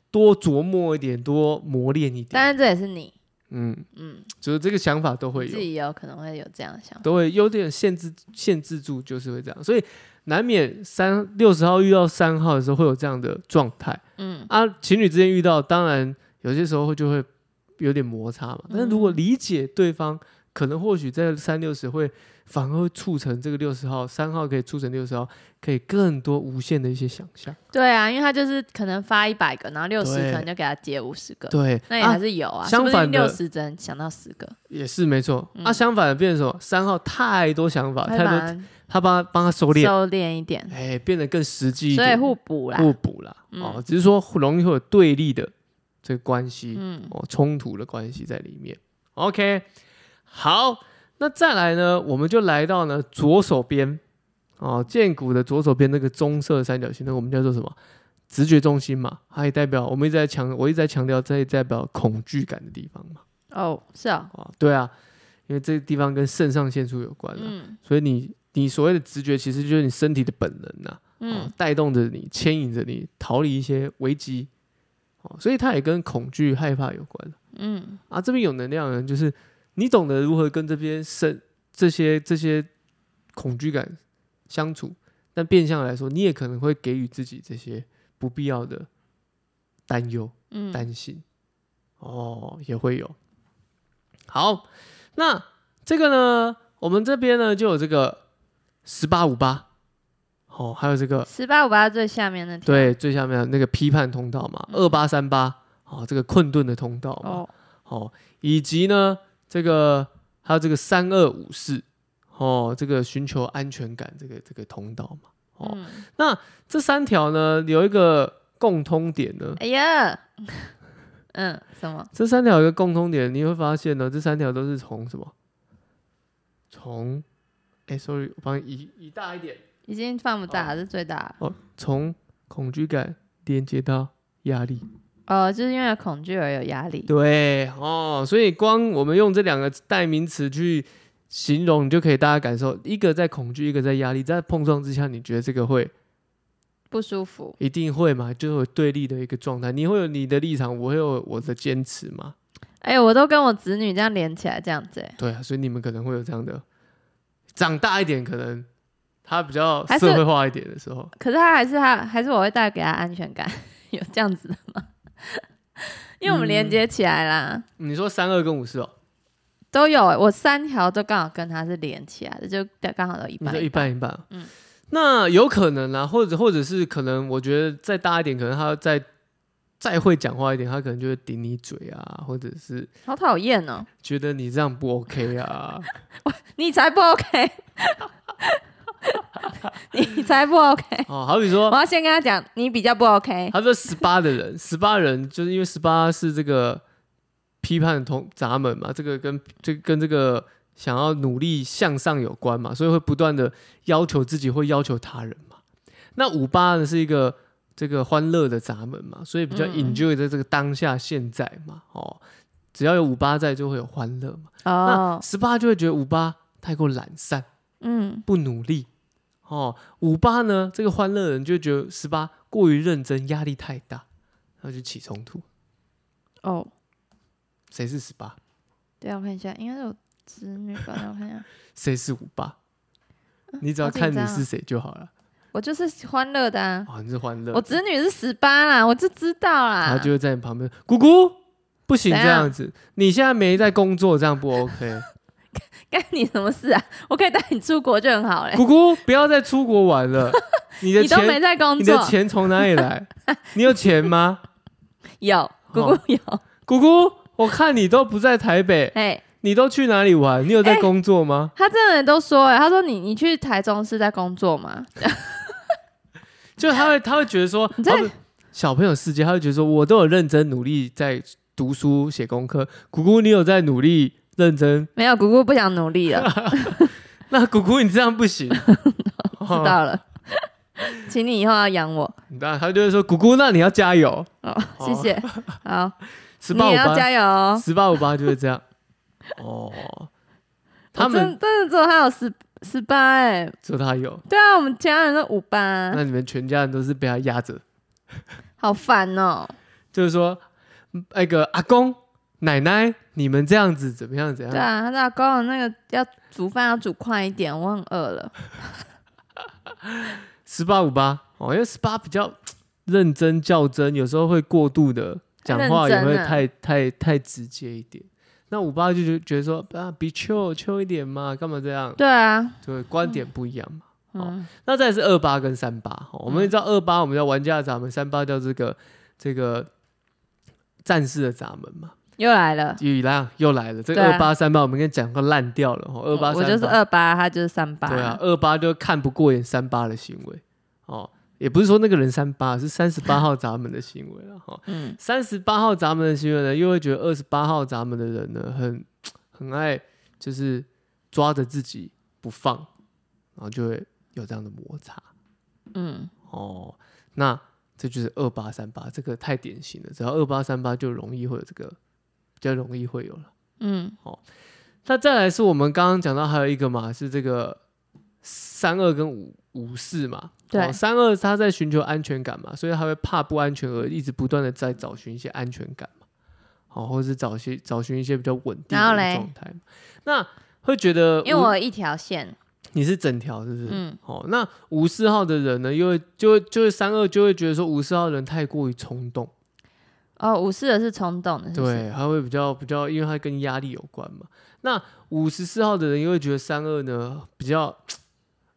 [SPEAKER 1] 多琢磨一点，多磨练一点。
[SPEAKER 2] 当然这也是你，
[SPEAKER 1] 嗯，
[SPEAKER 2] 嗯，
[SPEAKER 1] 就是这个想法都会
[SPEAKER 2] 自
[SPEAKER 1] 有，
[SPEAKER 2] 己也有可能会有这样的想法。
[SPEAKER 1] 都会有点限制限制住，就是会这样，所以难免三六十号遇到三号的时候会有这样的状态。
[SPEAKER 2] 嗯
[SPEAKER 1] 啊，情侣之间遇到，当然有些时候就会有点摩擦嘛。但是如果
[SPEAKER 2] 嗯
[SPEAKER 1] 理解对方，可能或许在三六十会反而会促成这个六十号，三号可以促成六十号，可以更多无限的一些想象。
[SPEAKER 2] 对啊，因为他就是可能发一百个，然后六十
[SPEAKER 1] 对
[SPEAKER 2] 可能就给他接五十个，
[SPEAKER 1] 对，
[SPEAKER 2] 那也
[SPEAKER 1] 啊
[SPEAKER 2] 还是有啊。
[SPEAKER 1] 相反的
[SPEAKER 2] 六十只能想到十个，
[SPEAKER 1] 也是没错。啊，
[SPEAKER 2] 嗯
[SPEAKER 1] 相反的变成什么？三号太多想法，
[SPEAKER 2] 会
[SPEAKER 1] 太多，
[SPEAKER 2] 把它
[SPEAKER 1] 他帮他帮他收敛，
[SPEAKER 2] 收敛一点，
[SPEAKER 1] 哎，变得更实际一
[SPEAKER 2] 所以
[SPEAKER 1] 点，
[SPEAKER 2] 互补啦。
[SPEAKER 1] 互补啦。
[SPEAKER 2] 嗯
[SPEAKER 1] 哦，只是说容易会有对立的这个关系。
[SPEAKER 2] 嗯，
[SPEAKER 1] 哦冲突的关系在里面。OK，好，那再来呢，我们就来到呢左手边哦，剑骨的左手边那个棕色三角形，那我们叫做什么？直觉中心嘛，它也代表我们一直在强，我一直在强调，这也代表恐惧感的地方嘛。
[SPEAKER 2] 哦，是哦，
[SPEAKER 1] 啊、对啊，因为这个地方跟肾上腺素有关啊，
[SPEAKER 2] 嗯
[SPEAKER 1] 所以你你所谓的直觉，其实就是你身体的本能呐、哦
[SPEAKER 2] 嗯，
[SPEAKER 1] 带动着你，牵引着你逃离一些危机，哦，所以它也跟恐惧、害怕有关。
[SPEAKER 2] 嗯
[SPEAKER 1] 啊，这边有能量的人，就是你懂得如何跟这边生这些这些恐惧感相处，但变相来说，你也可能会给予自己这些不必要的担忧、
[SPEAKER 2] 嗯，
[SPEAKER 1] 担心，哦，也会有。好，那这个呢，我们这边呢就有这个十八五八，哦，还有这个
[SPEAKER 2] 十八五八最下面那条，，
[SPEAKER 1] 对最下面的那个批判通道嘛，二八三八，哦，这个困顿的通道嘛，
[SPEAKER 2] 嗯哦，
[SPEAKER 1] 哦，以及呢，这个还有这个三二五四，哦，这个寻求安全感这个这个通道嘛，哦，
[SPEAKER 2] 嗯，
[SPEAKER 1] 这三条呢有一个共通点呢，
[SPEAKER 2] 哎呀， 嗯，什么？
[SPEAKER 1] 这三条有一个共通点，你会发现呢，这三条都是从什么？从，哎，sorry，我帮你移移大一点，
[SPEAKER 2] 已经放不大，是最大了。
[SPEAKER 1] 哦，从恐惧感连接到压力，
[SPEAKER 2] 哦，就是因为有恐惧而有压力。
[SPEAKER 1] 对哦，所以光我们用这两个代名词去形容，你就可以大家感受，一个在恐惧，一个在压力，在碰撞之下，你觉得这个会
[SPEAKER 2] 不舒服。
[SPEAKER 1] 一定会嘛？就会有对立的一个状态，你会有你的立场，我会有我的坚持嘛？
[SPEAKER 2] 哎、我都跟我子女这样连起来这样子、哎，
[SPEAKER 1] 对啊，所以你们可能会有这样的，长大一点可能他比较
[SPEAKER 2] 还是
[SPEAKER 1] 社会化一点的时候，
[SPEAKER 2] 可是他还是他还是我会带给他安全感， 有这样子的吗？因为我们
[SPEAKER 1] 嗯
[SPEAKER 2] 连接起来啦，
[SPEAKER 1] 你说三二跟五四哦，
[SPEAKER 2] 都有、哎我三条都刚好跟他是连起来的，就刚好有一
[SPEAKER 1] 你
[SPEAKER 2] 半
[SPEAKER 1] 说一半一半，嗯
[SPEAKER 2] 嗯，
[SPEAKER 1] 那有可能啊，或者或者是可能，我觉得再大一点，可能他再再会讲话一点，他可能就会顶你嘴啊，或者是
[SPEAKER 2] 好讨厌哦！
[SPEAKER 1] 觉得你这样不 OK 啊，
[SPEAKER 2] 你才不 OK，你才不 OK！
[SPEAKER 1] 哦，好比
[SPEAKER 2] 我
[SPEAKER 1] 说，
[SPEAKER 2] 要先跟他讲，你比较不 OK。
[SPEAKER 1] 好比说十八的人，十八人就是因为十八是这个批判同闸门嘛，这个跟这跟这个想要努力向上有关嘛，所以会不断的要求自己，会要求他人嘛。那五八呢是一个这个欢乐的闸门嘛，所以比较
[SPEAKER 2] 嗯
[SPEAKER 1] enjoy 在这个当下现在嘛，哦，只要有五八在就会有欢乐嘛。那
[SPEAKER 2] 哦，
[SPEAKER 1] 十八就会觉得五八太过懒散，
[SPEAKER 2] 嗯，
[SPEAKER 1] 不努力。哦，五八呢，这个欢乐人就觉得十八过于认真，压力太大，然后就起冲突。
[SPEAKER 2] 哦，
[SPEAKER 1] 谁是十八？
[SPEAKER 2] 对啊，我看一下，应该是有子女吧？让我看一下，
[SPEAKER 1] 谁是五八？你只
[SPEAKER 2] 好
[SPEAKER 1] 要
[SPEAKER 2] 紧
[SPEAKER 1] 看你
[SPEAKER 2] 张
[SPEAKER 1] 是
[SPEAKER 2] 哦
[SPEAKER 1] 谁就好了。
[SPEAKER 2] 我就是欢乐的啊。
[SPEAKER 1] 哦，你是欢乐的，
[SPEAKER 2] 我侄女是十八啦，我就知道啦
[SPEAKER 1] 他。就会在你旁边，姑姑不行
[SPEAKER 2] 怎
[SPEAKER 1] 这
[SPEAKER 2] 样
[SPEAKER 1] 样子，你现在没在工作，这样不 OK。
[SPEAKER 2] 干你什么事啊？我可以带你出国就很好嘞。
[SPEAKER 1] 姑姑不要再出国玩 了，你的
[SPEAKER 2] 你都没
[SPEAKER 1] 钱，
[SPEAKER 2] 在工
[SPEAKER 1] 你的
[SPEAKER 2] 作，
[SPEAKER 1] 钱从哪里 来？你有钱吗？
[SPEAKER 2] 有姑
[SPEAKER 1] 哦
[SPEAKER 2] 姑有，
[SPEAKER 1] 姑姑，我看你都不在台北，
[SPEAKER 2] 哎，
[SPEAKER 1] 你都去哪里玩？你有在
[SPEAKER 2] 哎
[SPEAKER 1] 工作吗？
[SPEAKER 2] 欸他真的都说，哎，他说你你去台中是在工作吗？
[SPEAKER 1] 就他 会他会觉得说，
[SPEAKER 2] 你在
[SPEAKER 1] 他们小朋友世界，他会觉得说我都有认真努力在读书写功课，姑姑你有在努力认真，
[SPEAKER 2] 没有，姑姑不想努 力了，
[SPEAKER 1] 那姑姑你这样不 行，
[SPEAKER 2] 知
[SPEAKER 1] 知
[SPEAKER 2] 道了，请你以后要养我
[SPEAKER 1] 那他就会说姑姑那你要加油，
[SPEAKER 2] 哦，谢谢， 好，
[SPEAKER 1] 十
[SPEAKER 2] 你
[SPEAKER 1] 八五
[SPEAKER 2] 也要
[SPEAKER 1] 八
[SPEAKER 2] 加油哦。
[SPEAKER 1] 十八五八就会这样，哦，他
[SPEAKER 2] 我
[SPEAKER 1] 们
[SPEAKER 2] 真真的只有他有十十八哎，
[SPEAKER 1] 说他有，
[SPEAKER 2] 对啊，我们家人都五八，
[SPEAKER 1] 那你们全家人都是被他压着，
[SPEAKER 2] 好烦哦。
[SPEAKER 1] 就是说嗯那个阿公奶奶你们这样子怎么样怎
[SPEAKER 2] 对
[SPEAKER 1] 样，
[SPEAKER 2] 啊，他老公那个要煮饭要煮快一点，我很饿了。
[SPEAKER 1] 十八五八哦，因为十八比较认真较真，有时候会过度的讲话，也
[SPEAKER 2] 认
[SPEAKER 1] 会
[SPEAKER 2] 真啊
[SPEAKER 1] 太太太直接一点。那五八就觉觉得说啊，比 chill chill 一点嘛，干嘛这样？
[SPEAKER 2] 对啊，
[SPEAKER 1] 对，观点不一样嘛。哦
[SPEAKER 2] 嗯，
[SPEAKER 1] 那再来是二八跟三八、哦我们也知道二八我们叫玩家的闸门，三八叫这个这个战士的闸门嘛。
[SPEAKER 2] 又来了。
[SPEAKER 1] 又来又来了，这个
[SPEAKER 2] 啊对
[SPEAKER 1] 二
[SPEAKER 2] 啊
[SPEAKER 1] 八三八我们跟你讲过烂掉了，哦，二八
[SPEAKER 2] 我我
[SPEAKER 1] 三
[SPEAKER 2] 就是
[SPEAKER 1] 八，
[SPEAKER 2] 二八，他就是三八。
[SPEAKER 1] 对啊，，二八就看不过眼三八的行为，哦，也不是说那个人三八，是三十八号闸门的行为了，哈、哦，
[SPEAKER 2] 嗯，
[SPEAKER 1] 三十八号闸门的行为呢，又会觉得二十八号闸门的人呢，很很爱就是抓着自己不放，然后就会有这样的摩擦。
[SPEAKER 2] 嗯，
[SPEAKER 1] 哦，那这就是二八三八，这个太典型了，只要二八三八就容易会有这个，比较容易会有了。
[SPEAKER 2] 嗯，
[SPEAKER 1] 那再来是我们刚刚讲到还有一个嘛，是这个三二跟五五四嘛，
[SPEAKER 2] 对
[SPEAKER 1] 哦，三二他在寻求安全感嘛，所以他会怕不安全而一直不断的在找寻一些安全感嘛，哦，或者是找些找寻一些比较稳定
[SPEAKER 2] 然后
[SPEAKER 1] 的
[SPEAKER 2] 嘞
[SPEAKER 1] 状态嘛，那会觉得
[SPEAKER 2] 因为
[SPEAKER 1] 五
[SPEAKER 2] 我有一条线，
[SPEAKER 1] 你是整条是不是？
[SPEAKER 2] 嗯，
[SPEAKER 1] 哦，那五四号的人呢，因为就会就是三二就会觉得说五四号的人太过于冲动，
[SPEAKER 2] 哦，五四的是冲动的，是不是，
[SPEAKER 1] 对，他会比较比较，因为他跟压力有关嘛。那五十四号的人又会觉得三二呢比较，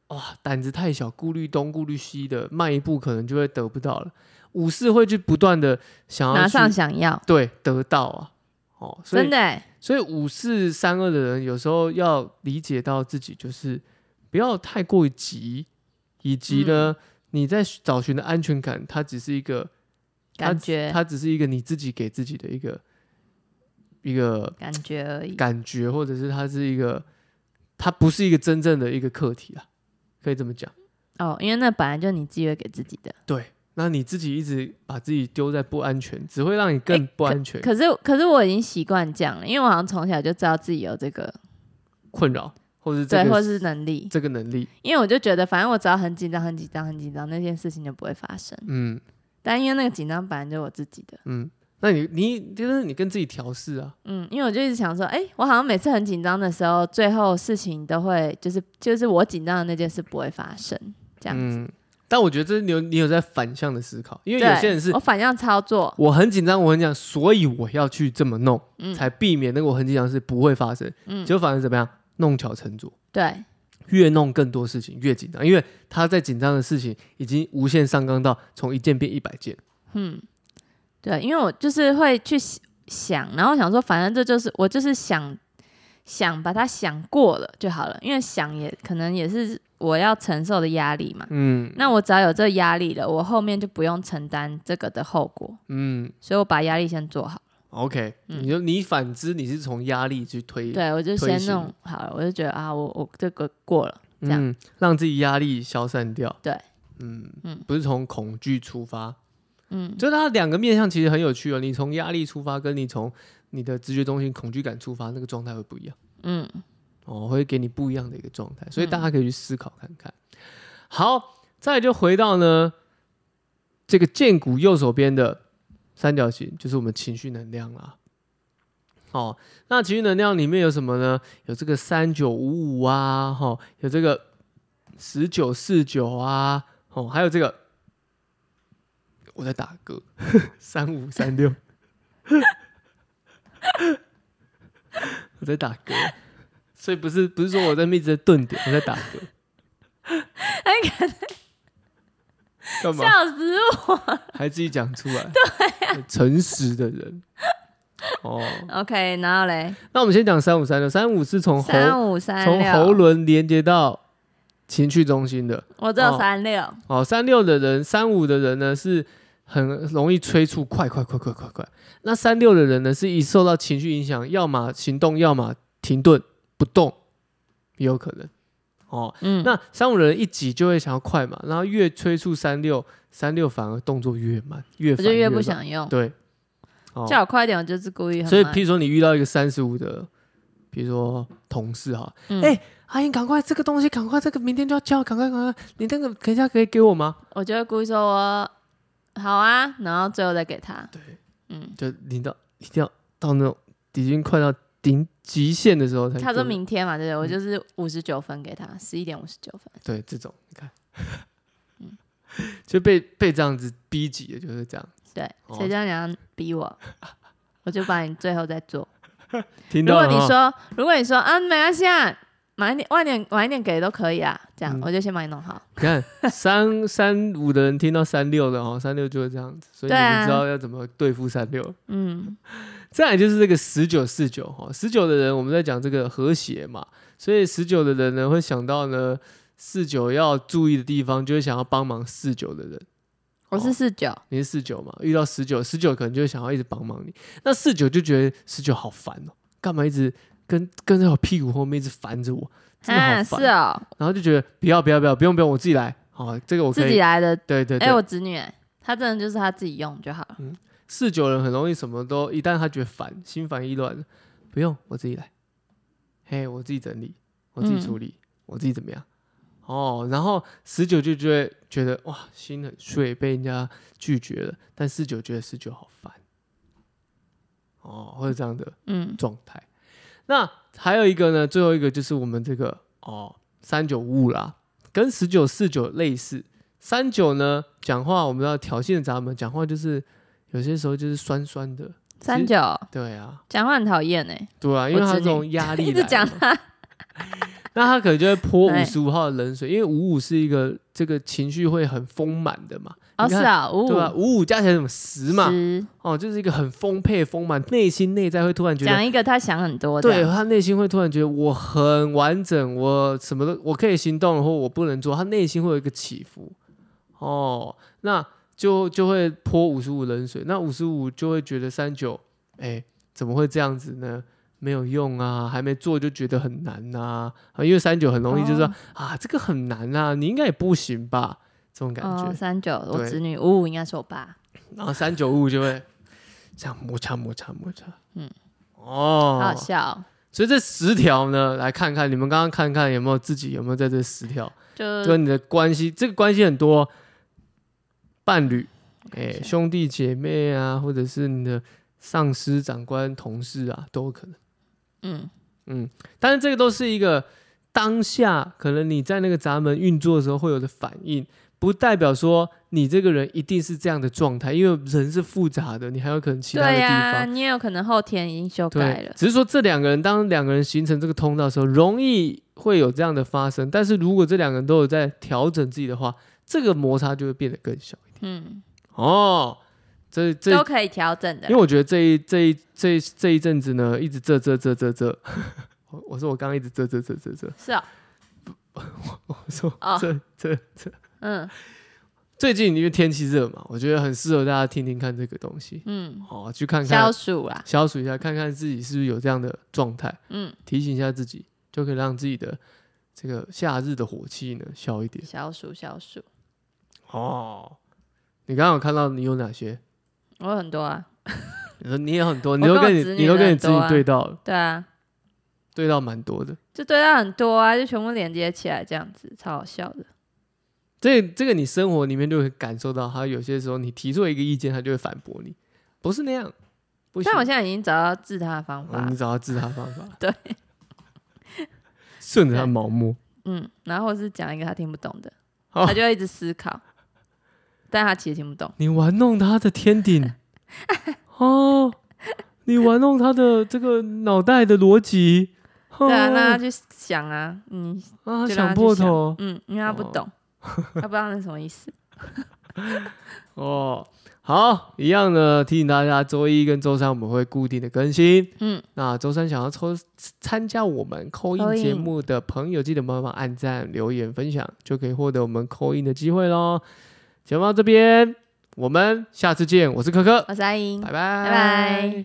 [SPEAKER 1] 哇，胆子太小，顾虑东顾虑西的，慢一步可能就会得不到了。五四会去不断的想要
[SPEAKER 2] 马
[SPEAKER 1] 去
[SPEAKER 2] 上想要，
[SPEAKER 1] 对得到啊，哦，所
[SPEAKER 2] 真
[SPEAKER 1] 以
[SPEAKER 2] 的欸，
[SPEAKER 1] 所以五四三二的人有时候要理解到自己就是不要太过于急，以及呢、
[SPEAKER 2] 嗯
[SPEAKER 1] 你在找寻的安全感，它只是一个它
[SPEAKER 2] 感
[SPEAKER 1] 只
[SPEAKER 2] 觉
[SPEAKER 1] 它只是一个你自己给自己的一个一个
[SPEAKER 2] 感觉而已。
[SPEAKER 1] 感觉，或者是它是一个，它不是一个真正的一个课题啊，可以这么讲。
[SPEAKER 2] 哦，因为那本来就你自己会给自己的。
[SPEAKER 1] 对，那你自己一直把自己丢在不安全，只会让你更不安全、
[SPEAKER 2] 哎可是可是我已经习惯这样了，因为我好像从小就知道自己有这个
[SPEAKER 1] 困扰，或者是这
[SPEAKER 2] 对，或
[SPEAKER 1] 个
[SPEAKER 2] 是能力，
[SPEAKER 1] 这个能力，
[SPEAKER 2] 因为我就觉得反正我只要很紧张、很紧张、很紧张，那件事情就不会发生。
[SPEAKER 1] 嗯
[SPEAKER 2] 但因为那个紧张本来就是我自己的，
[SPEAKER 1] 嗯。那你你就是你跟自己调试啊，
[SPEAKER 2] 嗯，因为我就一直想说，哎、我好像每次很紧张的时候，最后事情都会就是就是我紧张的那件事不会发生，这样子。
[SPEAKER 1] 嗯，但我觉得这是你有你有在反向的思考，因为
[SPEAKER 2] 对，
[SPEAKER 1] 有些人是哦
[SPEAKER 2] 我反向操作，
[SPEAKER 1] 我很紧张，我很紧张，所以我要去这么弄，
[SPEAKER 2] 嗯
[SPEAKER 1] 才避免那个我很紧张的事不会发生。
[SPEAKER 2] 嗯
[SPEAKER 1] 结果反而怎么样，弄巧成拙，
[SPEAKER 2] 对
[SPEAKER 1] 越弄更多事情越紧张，因为他在紧张的事情已经无限上纲到从一件变一百件。
[SPEAKER 2] 对，因为我就是会去想想，然后想说，反正这就是我就是想想把它想过了就好了，因为想也可能也是我要承受的压力嘛。
[SPEAKER 1] 嗯
[SPEAKER 2] 那我只要有这压力了，我后面就不用承担这个的后果，
[SPEAKER 1] 嗯
[SPEAKER 2] 所以我把压力先做好。
[SPEAKER 1] ，OK，、
[SPEAKER 2] 嗯
[SPEAKER 1] 你就你反之你是从压力去推，
[SPEAKER 2] 对，我就
[SPEAKER 1] 推
[SPEAKER 2] 先
[SPEAKER 1] 行
[SPEAKER 2] 弄好了，我就觉得啊，我我这个过了，这样
[SPEAKER 1] 嗯，让自己压力消散掉。
[SPEAKER 2] 对，
[SPEAKER 1] 嗯
[SPEAKER 2] 嗯
[SPEAKER 1] 不是从恐惧出发，
[SPEAKER 2] 嗯，
[SPEAKER 1] 就是它两个面向其实很有趣哦。你从压力出发，跟你从你的直觉中心恐惧感出发，那个状态会不一样。
[SPEAKER 2] 嗯，
[SPEAKER 1] 哦，会给你不一样的一个状态，所以大家可以去思考看看。好，再来就回到呢这个剑骨右手边的三角形，就是我们情绪能量啦。哦，那情绪能量里面有什么呢？有这个三九五五啊，哈、哦，有这个十九四九啊，哦，还有这个我在打嗝， 三五三六， 我在打嗝。所以不是不是说我在一直在顿点，我在打嗝。
[SPEAKER 2] 哎，可能
[SPEAKER 1] 干嘛？
[SPEAKER 2] 笑死我。
[SPEAKER 1] 还自己讲出 来？
[SPEAKER 2] 啊
[SPEAKER 1] 对、诚实的人。哦，
[SPEAKER 2] OK，然后嘞，
[SPEAKER 1] 那我们先讲三五三六，三五是从喉
[SPEAKER 2] 三五三
[SPEAKER 1] 从喉
[SPEAKER 2] 六，
[SPEAKER 1] 轮连接到情绪中心的。
[SPEAKER 2] 我只有
[SPEAKER 1] 哦
[SPEAKER 2] 三六、
[SPEAKER 1] 哦，三六的人，三五的人呢是很容易催促，快快快快快快。那三六的人呢，是一受到情绪影响，要么行动，要么停顿不动，也有可能。哦，
[SPEAKER 2] 嗯，
[SPEAKER 1] 那三五的人一挤就会想要快嘛，然后越催促三六，三六反而动作越慢，越
[SPEAKER 2] 我
[SPEAKER 1] 反
[SPEAKER 2] 就越
[SPEAKER 1] 越
[SPEAKER 2] 不
[SPEAKER 1] 慢
[SPEAKER 2] 想用。
[SPEAKER 1] 对。哦
[SPEAKER 2] 叫我快一点，我就是故意很慢。
[SPEAKER 1] 所以，譬如说你遇到一个三十五的，比如说同事哈，
[SPEAKER 2] 嗯
[SPEAKER 1] 哎阿英，赶快这个东西，赶快这个明天就要交，赶快赶快，你那个等一下可以给我吗？
[SPEAKER 2] 我就会故意说我好啊，然后最后再给他。
[SPEAKER 1] 对，
[SPEAKER 2] 嗯，
[SPEAKER 1] 就你到一定要到那种已经快到顶极限的时候才给我。
[SPEAKER 2] 他说明天嘛，
[SPEAKER 1] 嗯
[SPEAKER 2] 对不对？我就是五十九分给他，十一点五十九分。
[SPEAKER 1] 对这种，你 看，
[SPEAKER 2] 嗯
[SPEAKER 1] 就被被这样子逼急的，就是这样。
[SPEAKER 2] 对，
[SPEAKER 1] 哦
[SPEAKER 2] 谁叫你要逼我， 我就把你最后再做。
[SPEAKER 1] 听
[SPEAKER 2] 如
[SPEAKER 1] 到
[SPEAKER 2] 果
[SPEAKER 1] 了
[SPEAKER 2] 你
[SPEAKER 1] 哈
[SPEAKER 2] 说，如果你说啊，没关系啊，晚一点、晚一点、晚一点给都可以啊，这样
[SPEAKER 1] 嗯
[SPEAKER 2] 我就先帮你弄好。
[SPEAKER 1] 你看三三五的人听到三六的哦，三六就会这样子，所以你
[SPEAKER 2] 对
[SPEAKER 1] 们
[SPEAKER 2] 啊
[SPEAKER 1] 知道要怎么对付三六。
[SPEAKER 2] 嗯，
[SPEAKER 1] 再来就是这个十九四九哈，十九的人我们在讲这个和谐嘛，所以十九的人呢会想到呢四九要注意的地方，就会想要帮忙四九的人。
[SPEAKER 2] 我
[SPEAKER 1] 哦
[SPEAKER 2] 是四九，
[SPEAKER 1] 你是四九嘛，遇到十九，十九可能就会想要一直帮忙你，那四九就觉得十九好烦哦，干嘛一直跟跟在我屁股后面一直烦着我，真的
[SPEAKER 2] 啊，
[SPEAKER 1] 好
[SPEAKER 2] 是
[SPEAKER 1] 烦。
[SPEAKER 2] 哦，
[SPEAKER 1] 然后就觉得不要不要不要，不用不用，我自己来。好、这个我
[SPEAKER 2] 自
[SPEAKER 1] 可
[SPEAKER 2] 己
[SPEAKER 1] 以。
[SPEAKER 2] 来的。
[SPEAKER 1] 对对嗯
[SPEAKER 2] 哎，
[SPEAKER 1] 对，
[SPEAKER 2] 我侄女，哎她真的就是她自己用就好了。
[SPEAKER 1] 四九人很容易什么都，一旦他觉得烦，心烦意乱，不用我自己来，嘿，我自己整理，我自己处理，我自己怎么样？哦，然后十九就觉得觉得哇，心很碎，被人家拒绝了，但四九觉得十九好烦，哦，会有这样的
[SPEAKER 2] 嗯，
[SPEAKER 1] 状态。那还有一个呢，最后一个就是我们这个哦三九五五啦，跟十九四九类似。三九呢，讲话我们要挑衅的咱们讲话就是有些时候就是酸酸的，
[SPEAKER 2] 三九
[SPEAKER 1] 对啊，
[SPEAKER 2] 讲话很讨厌哎，
[SPEAKER 1] 对啊，因为
[SPEAKER 2] 我
[SPEAKER 1] 他
[SPEAKER 2] 侄
[SPEAKER 1] 这
[SPEAKER 2] 女
[SPEAKER 1] 种压力
[SPEAKER 2] 一直
[SPEAKER 1] 来
[SPEAKER 2] 讲
[SPEAKER 1] 嘛那他可能就会泼
[SPEAKER 2] 对
[SPEAKER 1] 五十五号的冷水，因为五五是一个这个情绪会很丰满的嘛，
[SPEAKER 2] 哦，
[SPEAKER 1] 你
[SPEAKER 2] 是
[SPEAKER 1] 看
[SPEAKER 2] 啊，五五
[SPEAKER 1] 对吧？五五加起来什么十嘛？
[SPEAKER 2] 十
[SPEAKER 1] 哦，就是一个很丰沛、丰满，内心内在会突然觉得
[SPEAKER 2] 讲一个他想很多的，
[SPEAKER 1] 对他内心会突然觉得我很完整，我什么都我可以行动了，或我不能做，他内心会有一个起伏。哦，那就就会泼五十五冷水，那五十五就会觉得三九，哎，怎么会这样子呢？没有用啊，还没做就觉得很难呐、啊，因为三九很容易就是说、
[SPEAKER 2] 哦
[SPEAKER 1] 啊，这个很难啊，你应该也不行吧，这种感觉。
[SPEAKER 2] 哦，三九，我
[SPEAKER 1] 对
[SPEAKER 2] 侄女五五应该是我爸。
[SPEAKER 1] 然后三九五就会这样摩擦摩擦摩擦，
[SPEAKER 2] 嗯，
[SPEAKER 1] 哦，
[SPEAKER 2] 好好笑哦，
[SPEAKER 1] 所以这十条呢，来看看你们刚刚看看有没有自己有没有在这十条
[SPEAKER 2] 就
[SPEAKER 1] 跟你的关系，这个关系很多，伴侣、哎、
[SPEAKER 2] 一下
[SPEAKER 1] 兄弟姐妹啊，或者是你的上司、长官、同事啊，都有可能。
[SPEAKER 2] 嗯，
[SPEAKER 1] 嗯，但是这个都是一个当下可能你在那个闸门运作的时候会有的反应，不代表说你这个人一定是这样的状态，因为人是复杂的，你还有可能其他的
[SPEAKER 2] 对
[SPEAKER 1] 地
[SPEAKER 2] 呀、
[SPEAKER 1] 方。
[SPEAKER 2] 你也有可能后天已经修改
[SPEAKER 1] 对
[SPEAKER 2] 了，，
[SPEAKER 1] 只是说这两个人当两个人形成这个通道的时候，容易会有这样的发生。但是如果这两个人都有在调整自己的话，这个摩擦就会变得更小一点。
[SPEAKER 2] 嗯，
[SPEAKER 1] 哦，这这，
[SPEAKER 2] 都可以调整的
[SPEAKER 1] 因为。我觉得这一这一这一这一阵子呢，一直这这这这这， 我我说我刚刚一直这这这这这，
[SPEAKER 2] 是哦，
[SPEAKER 1] 我说
[SPEAKER 2] 哦
[SPEAKER 1] 这这这，
[SPEAKER 2] 嗯
[SPEAKER 1] 最近因为天气热嘛，我觉得很适合大家听听看这个东西，
[SPEAKER 2] 嗯，
[SPEAKER 1] 哦，去看
[SPEAKER 2] 消
[SPEAKER 1] 看
[SPEAKER 2] 暑啦，
[SPEAKER 1] 消暑一下，看看自己是不是有这样的状态。
[SPEAKER 2] 嗯，
[SPEAKER 1] 提醒一下自己，就可以让自己的这个夏日的火气呢消一点。
[SPEAKER 2] 消暑消暑，
[SPEAKER 1] 哦，你刚刚有看到你有哪些？
[SPEAKER 2] 我有很多啊，
[SPEAKER 1] 你说你也很多，
[SPEAKER 2] 我
[SPEAKER 1] 你都
[SPEAKER 2] 跟我
[SPEAKER 1] 跟你
[SPEAKER 2] 侄女
[SPEAKER 1] 你都
[SPEAKER 2] 的
[SPEAKER 1] 跟你
[SPEAKER 2] 很
[SPEAKER 1] 自
[SPEAKER 2] 多
[SPEAKER 1] 己
[SPEAKER 2] 啊
[SPEAKER 1] 对到了，
[SPEAKER 2] 对啊，
[SPEAKER 1] 对到蛮多的。
[SPEAKER 2] 就对到很多啊，就全部连接起来这样子，超好笑的。
[SPEAKER 1] 这这个你生活里面就会感受到，他有些时候你提出一个意见，他就会反驳你，不是那样，不行。
[SPEAKER 2] 但我现在已经找到治他的方
[SPEAKER 1] 哦
[SPEAKER 2] 法
[SPEAKER 1] 你，找到治他方法，
[SPEAKER 2] 对，
[SPEAKER 1] 顺着他毛摸。
[SPEAKER 2] 嗯，然后或是讲一个他听不懂的，
[SPEAKER 1] 哦
[SPEAKER 2] 他就会一直思考，但他其实听不懂。
[SPEAKER 1] 你玩弄他的天顶， 哦，你玩弄他的这个脑袋的逻辑，哦
[SPEAKER 2] 对啊，让他去想啊，你
[SPEAKER 1] 啊
[SPEAKER 2] 就让
[SPEAKER 1] 想
[SPEAKER 2] 他
[SPEAKER 1] 破
[SPEAKER 2] 去想
[SPEAKER 1] 头哦
[SPEAKER 2] 嗯，因为他不懂，他不知道那是什么意思。
[SPEAKER 1] 哦。好，一样的提醒大家，周一跟周三我们会固定的更新。
[SPEAKER 2] 嗯，
[SPEAKER 1] 那周三想要抽参加我们扣
[SPEAKER 2] 扣
[SPEAKER 1] 印
[SPEAKER 2] 印
[SPEAKER 1] 节目的朋友，记得帮忙按赞、留言、分享，就可以获得我们扣印的机会喽。节目到这边，我们下次见。我是可可，
[SPEAKER 2] 我是阿英
[SPEAKER 1] 拜拜，。
[SPEAKER 2] 拜拜